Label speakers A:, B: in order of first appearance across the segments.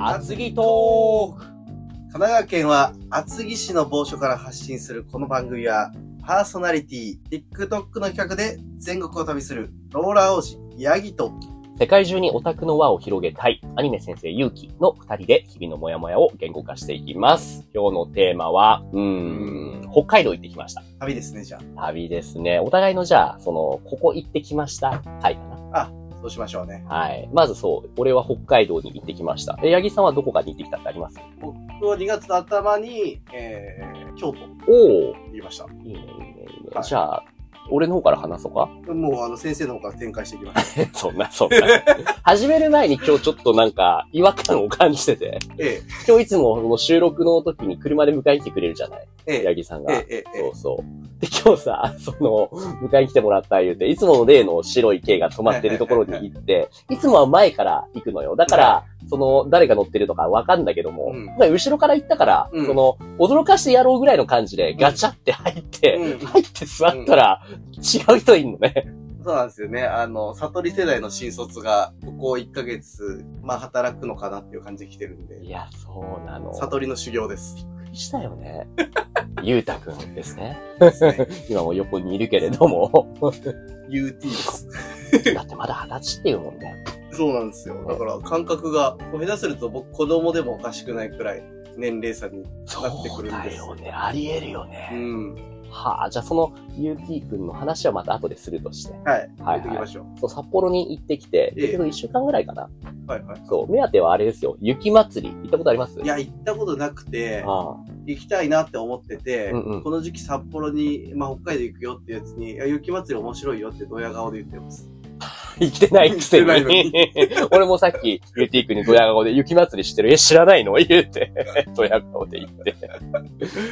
A: 厚木トーク
B: 神奈川県は厚木市の某所から発信するこの番組は、パーソナリティ、TikTok の企画で全国を旅するローラー王子、ヤギと、
A: 世界中にオタクの輪を広げたい、アニメ先生ゆうきの二人で日々のモヤモヤを言語化していきます。今日のテーマは、うーん、北海道行ってきました。
B: 旅ですね、じゃ
A: 旅ですね。お互いのじゃあ、その、ここ行ってきました回かな。
B: あ。そうしましょうね。
A: はい。まずそう、俺は北海道に行ってきました。え、八木さんはどこかに行ってきたってあります
B: 僕は2月の頭に、えー、京都に
A: おー
B: いました。
A: いいね、いいね、いいね。
B: はい
A: じゃあ、俺の方から話そうか
B: もうあの先生の方から展開していきました。
A: そんな、そんな。始める前に今日ちょっとなんか、違和感を感じてて。
B: え
A: 今日いつもこの収録の時に車で迎えに来てくれるじゃない
B: え、ええ、
A: 八木さん
B: え
A: が。
B: え、え
A: そうそう。で、今日さ、 その、迎えに来てもらった言うて、いつもの例の白い軽が止まってるところに行って、いつもは前から行くのよ。だから、その、誰が乗ってるとかわかんだけども、
B: うん
A: まあ後ろから行ったから、
B: うん
A: その、驚かしてやろうぐらいの感じで、ガチャって入って、
B: え。うん。
A: 入って座ったら、違う人いんのね。
B: そうなんですよね。あの、悟り世代の新卒が、ここ1ヶ月、まあ働くのかなっていう感じで来てるんで
A: い、や、そうなの。
B: 悟りの修行 です。
A: びっくりしたよね。ゆうたくんですね。
B: ですね
A: 今も横にいるけれども。
B: UT です。
A: だってまだ二十歳っていうもんね。
B: そうなんですよ。だから感覚が、下手すると僕子供でもおかしくないくらい年齢差に。
A: そうだよね。ありえるよね。
B: うん。
A: はあ、じゃあその UT 君の話はまた後でするとして。
B: はい。
A: は
B: はい
A: い、
B: ていき
A: は
B: ま
A: い。
B: しょ
A: そう、札幌に行ってきて、
B: ええ
A: 結局一週間ぐらいかな。
B: う。はいはい。
A: そう、目当てはあれですよ。雪祭り。行ったことあります
B: いや、行ったことなくて、
A: ああ
B: 行きたいなって思ってて、
A: うんうん
B: この時期札幌に、まあ、北海道行くよってやつに、いや雪祭り面白いよってドヤ顔で言ってます。
A: 行ってないくせに
B: 行って。
A: 俺もさっき、ユーティー君にドヤ顔で、雪祭りしてる。え、知らないの言うて、 ドヤ顔で言って。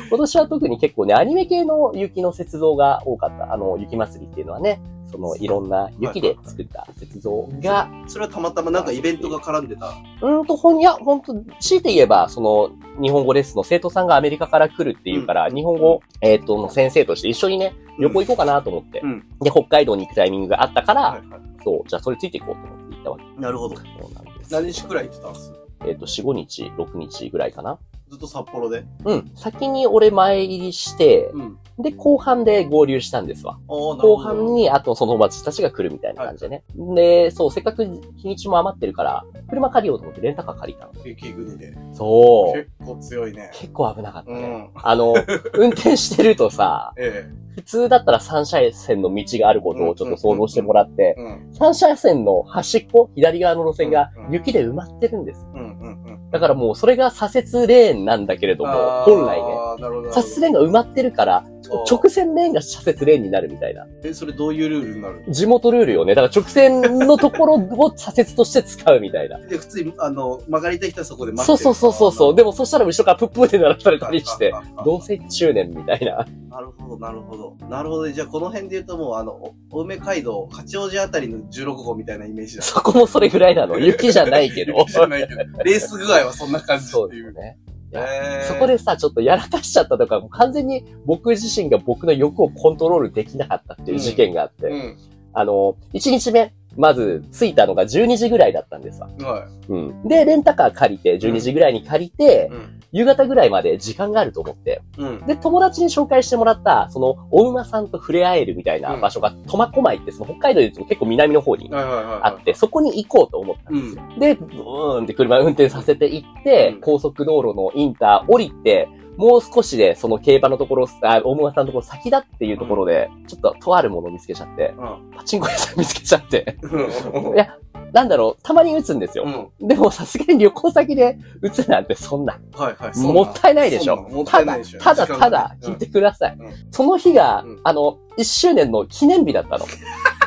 A: 今年は特に結構ね、アニメ系の雪の雪像が多かった。あの、雪祭りっていうのはね、その、いろんな雪で作った雪像が、
B: それはたまたまなんかイベントが絡んでた。
A: うんと、ほん、いや、ほんと、強いて言えば、その、日本語レッスンの生徒さんがアメリカから来るっていうから、
B: うん
A: 日本語、えっ、と、の先生として一緒にね、旅行行こうかなと思って、
B: うん
A: で、北海道に行くタイミングがあったから、
B: はいは
A: そう、じゃあそれついていこうと思って行ったわけ。
B: い。なるほど。
A: そうなんです。
B: 何日くらい行ってたんです
A: えっ、と、4、5日、6日ぐらいかな。
B: ずっと札幌で。
A: うん。先に俺前入りして、
B: うん。
A: で、後半で合流したんですわ。
B: おーなる
A: 後
B: ほど。
A: 半に、あとその友達たちが来るみたいな感じでね。で、そう、せっかく日にちも余ってるから、車借りようと思ってレンタカー借りたの。
B: 雪国で。
A: そう。
B: 結構強いね。
A: 結構危なかった
B: う
A: ね。
B: ん。
A: あ の、運転してるとさ、
B: え
A: 普通だったら三車線の道があることをちょっと想像してもらって
B: え。、うん。
A: 三車線の端っこ、左側の路線が雪で埋まってるんです。
B: うんうんうん。
A: だからもうそれが左折レーンなんだけれども、
B: あー
A: 本来ね。。
B: なるほど。
A: 左折レーンが埋まってるから、
B: 直
A: 直線レーンが左折レーンになるみたいな。
B: え、それどういうルールになる
A: 地元ルールよね。だから直線のところを左折として使うみたいな。
B: で、普通に、あの、曲がりできたらそこで待って
A: そう
B: る
A: そうそうそうそう。
B: で、
A: でもそしたら後ろからプップーで鳴らされたりして、
B: あ。ああ
A: どうせ中年みたいな。
B: なるほど、なるほど。なるほどね。じゃあ、この辺で言うともう、あの、お青梅街道、八王子あたりの16号みたいなイメージだ。
A: そこもそれぐらいなの。雪じゃないけど。
B: じゃないけど、レース具合はそんな感じ
A: そう
B: って
A: で
B: い
A: す
B: う。
A: ね。
B: えー
A: そこ、でさ、ちょっとやらかしちゃったとか、もう完全に僕自身が僕の欲をコントロールできなかったっていう事件があって、
B: う
A: あの、1日目、まず着いたのが12時ぐらいだったんですわ。
B: ん。は
A: うん。で、レンタカー借りて、12時ぐらいに借りて
B: い。、うん。
A: 夕方ぐらいまで時間があると思って、
B: うん。
A: で、友達に紹介してもらった、その、お馬さんと触れ合えるみたいな場所が、苫小牧って、その北海道で言うと結構南の方に
B: はいはいはい。
A: あって、。そこに行こうと思ったん
B: う
A: です。
B: ん。
A: で、ブーンって車運転させて行って、
B: うん
A: 高速道路のインター降りて、もう少しでその競馬のところ、あ、大村さんのところ先だっていうところで、ちょっととあるものを見つけちゃって、
B: うん。
A: パチンコ屋さん見つけちゃって、
B: うん
A: いや、なんだろう、たまに打つんです
B: う
A: よ。
B: ん。
A: でもさすがに旅行先で打つなんてそんな、
B: はいはい。そん
A: もったいないでし
B: そん
A: ょ
B: な。もった
A: た
B: いない
A: だ
B: でしょ。、
A: ただただ聞い
B: 時間がね
A: てください。
B: う
A: その日が、
B: うん
A: あの、1周年の記念日だったの。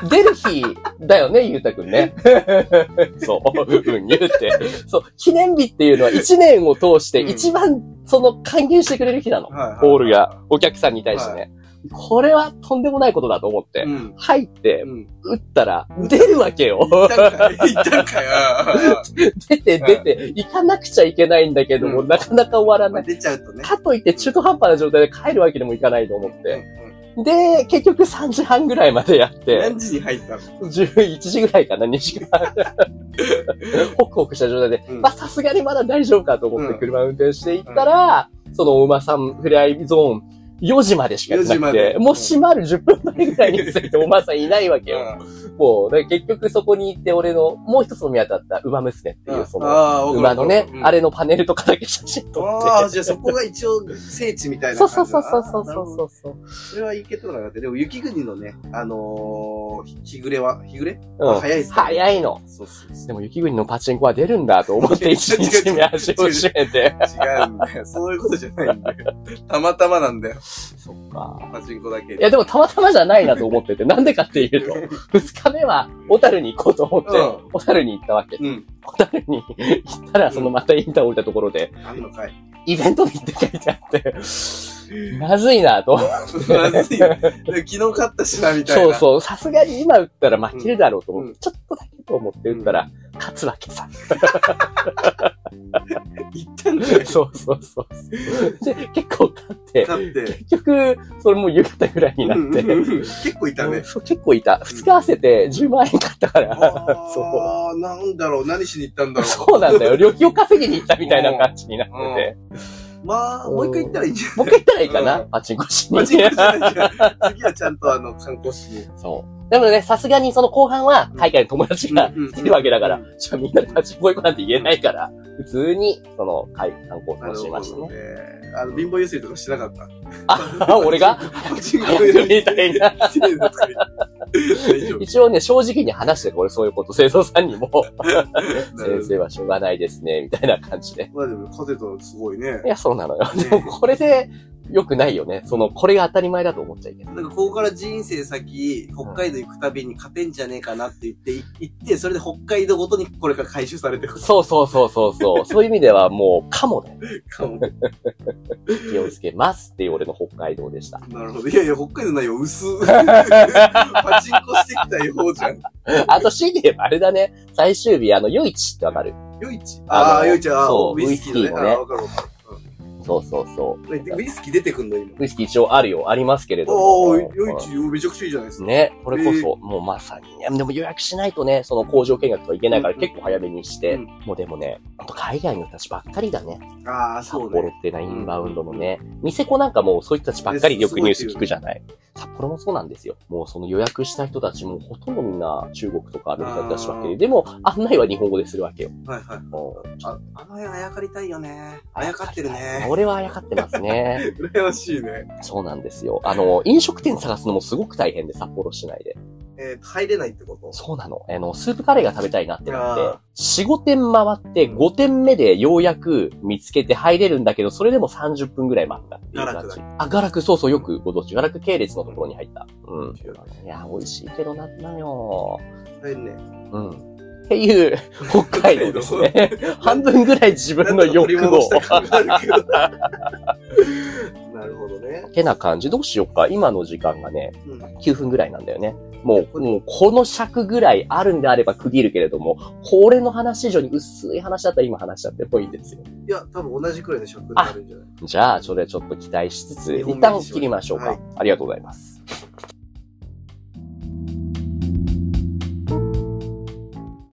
A: 出る日だよね、ゆうたくん ね。そう、うん、言うて。そう、記念日っていうのは1年を通して
B: うん
A: 一番、その、還元してくれる日なの。
B: うんはいはい
A: ホールが、お客さんに対してね。これはとんでもないことだと思って、
B: うん。
A: 入って、
B: うん。
A: 打ったら、出るわけよ。
B: 行ったんかい行ったんかよ。
A: 出て、出て、行かなくちゃいけないんだけども、
B: うん
A: なかなか終わら
B: ま
A: な
B: あ
A: い。
B: 出ちゃうとね。
A: かといって中途半端な状態で帰るわけにもいかないと思って。
B: うんうん
A: で、結局3時半ぐらいまでやって、
B: 何時に入ったの
A: 11時ぐらいかな、2時間。ホクホクした状態で、
B: うん
A: まあさすがにまだ大丈夫かと思っ
B: う
A: て
B: ん
A: 車運転していったら、そのお馬さんふれあいゾーン、4時までしかやって
B: 4時
A: な
B: ま
A: くて
B: で、
A: もう閉まる10分前ぐらいに着いてお馬さんいないわけよ。
B: うん
A: もう、だから結局そこに行って俺のもう一つの目当たった馬娘っていう、その、
B: あーわかる
A: 馬のね
B: わか、る
A: あれのパネルとかだけ写真撮
B: ああ、
A: っ
B: じゃあそこが一応聖地みたい
A: て。
B: な
A: そう
B: 感じ
A: そうそうそう
B: だな
A: そう
B: なるほど
A: そうそう。
B: それはいいけとなかった。でも、雪国のね、あのー、ひ日暮れは、日暮れ、
A: うん。
B: 早いっすね
A: 早いの。
B: そうそうそ
A: でも雪国のパチンコは出るんだと思って一日目足を締めて。
B: う。違うんだよ。 そういうことじゃないんだよ。たまたまなんだよ。
A: そっか。
B: パチンコだけ
A: いやでもたまたまじゃないなと思ってて、なんでかっていうと、二日目は小樽に行こうと思って
B: う、
A: 小樽に行ったわけ。
B: うん。
A: 小樽に行ったら、そのまたインター降りたところで、
B: あんのかい。
A: イベント日って書いてあって、まずいなと
B: まずいよ。で昨日勝ったしな、みたいな。
A: そうそう。さすがに今打ったら負けるだろうと思って、
B: うん
A: ちょっとだけと思って打ったら、勝つわけさ。
B: 行ったんだよ。
A: そうそうそう。で、結構勝って、
B: 勝って。
A: 結局、それもう夕方ぐらいになっ
B: うんうん
A: て。
B: うん結構いたね。
A: そう結構いた。二日合わせて10万円買ったから、 そ
B: ああ、なんだろう。何しに行ったんだ
A: う。
B: ろう。
A: そうなんだよ。旅費を稼ぎに行ったみたいな感じになって
B: う
A: て。
B: んまあ、もう一回行ったらいいんじゃない
A: もう一回行ったらいいかな、
B: うん
A: パチンコしに
B: パ。チンコじゃない じゃん。次はちゃんとあの、観光地に。
A: そう。でもね、さすがにその後半は海外の友達がいるわけだから、じゃあみんなでパチンコ行こうなんて言えないから、普通に、その、海観光を
B: なる
A: 楽しみました
B: ほど
A: ね。
B: ね。あの、貧乏ゆすりとかしな かった。
A: あ、 俺が
B: パチンコ
A: み
B: ゆすり。
A: たい な。
B: 大丈夫。
A: 一応ね、正直に話してる、俺そういうこと、生徒さんに も、
B: なる
A: 先
B: ほど
A: 生はしょうがないですね、みたいな感じで。
B: まあでも、勝てたのすごいね
A: い。や、そうなのよ。でも、これで、良くないよね。その、これが当たり前だと思っちゃいけない。
B: なんか、ここから人生先、北海道行くたびに勝てんじゃねえかなって言って、い行って、それで北海道ごとにこれから回収されてる
A: そうそうそうそう そう。そういう意味では、もう、かもね。
B: かも。
A: 気をつけますっていう俺の北海道でした。
B: なるほど。いやいや、北海道ないよ、薄。 パチンコしてきたい方じゃん。
A: あと、強いて言えばあれだね。最終日、あの、夜市ってわかる
B: よいち。あ
A: あ
B: あ、
A: の
B: よいち、ああ、
A: そう
B: ウイスキー
A: ウイス
B: のね。
A: キーのね
B: ああわかるわか
A: そうそうそう。
B: るねウイスキー出てくんの、今。
A: ウイスキー一応あるよ。ありますけれども。
B: ああ、よいち、めちゃくちゃいいじゃないですか。
A: ね、これこ
B: え
A: そ、もうまさに。いやでも予約しないとね、その工場見学とか行けないから
B: うんうん
A: 結構早めにして、
B: うん
A: もうでもね、あと海外の人たちばっかりだね。
B: ああ、
A: 札
B: そう
A: 幌
B: ね。
A: っていうのはインバウンドのね。ニセコなんかもうそういう人たちばっかりよくニュース聞くじゃない。札幌もそうなんですよ。もうその予約した人たちもほとんどみんな中国とかアメリカで出すわけ
B: あー
A: で、でも案内は日本語でするわけよ。
B: はいはい。
A: もう
B: あ、あの辺あやかりたいよね。あやかってるね。
A: 俺はあやかってますね。
B: 羨ましいね。
A: そうなんですよ。あの、飲食店探すのもすごく大変で、札幌市内で。
B: えー、入れないってこと
A: そうなの。あの、スープカレーが食べたいなってなって
B: あー、
A: 4、5点回って、
B: うん
A: 5点目でようやく見つけて入れるんだけど、それでも30分ぐらい待ったっていう
B: ガラク
A: 感
B: だ
A: じ。あ、ガラク、そうそう、よくご存知。ガラク系列のところに入った。うん。
B: そうだ
A: いや、美味しいけどなんなのよ。
B: 入んね。
A: うん。って いう、北海道ですね。半分ぐらい自分の欲
B: なんとか取り戻
A: 望
B: し。た 感があるけど。なるほどね。
A: てな感じ。どうしようか。今の時間がね、
B: うん。
A: 9分ぐらいなんだよね。もう、もうこの尺ぐらいあるんであれば区切るけれども、これの話以上に薄い話だったら今話しちゃってもいいんですよ。
B: いや、多分同じくらいの尺になるんじゃない
A: じゃあ、それちょっと期待しつつ、
B: 日本
A: 一
B: 語にしましょ
A: 旦切りましょ
B: う
A: うか。
B: はい
A: ありがとうございます。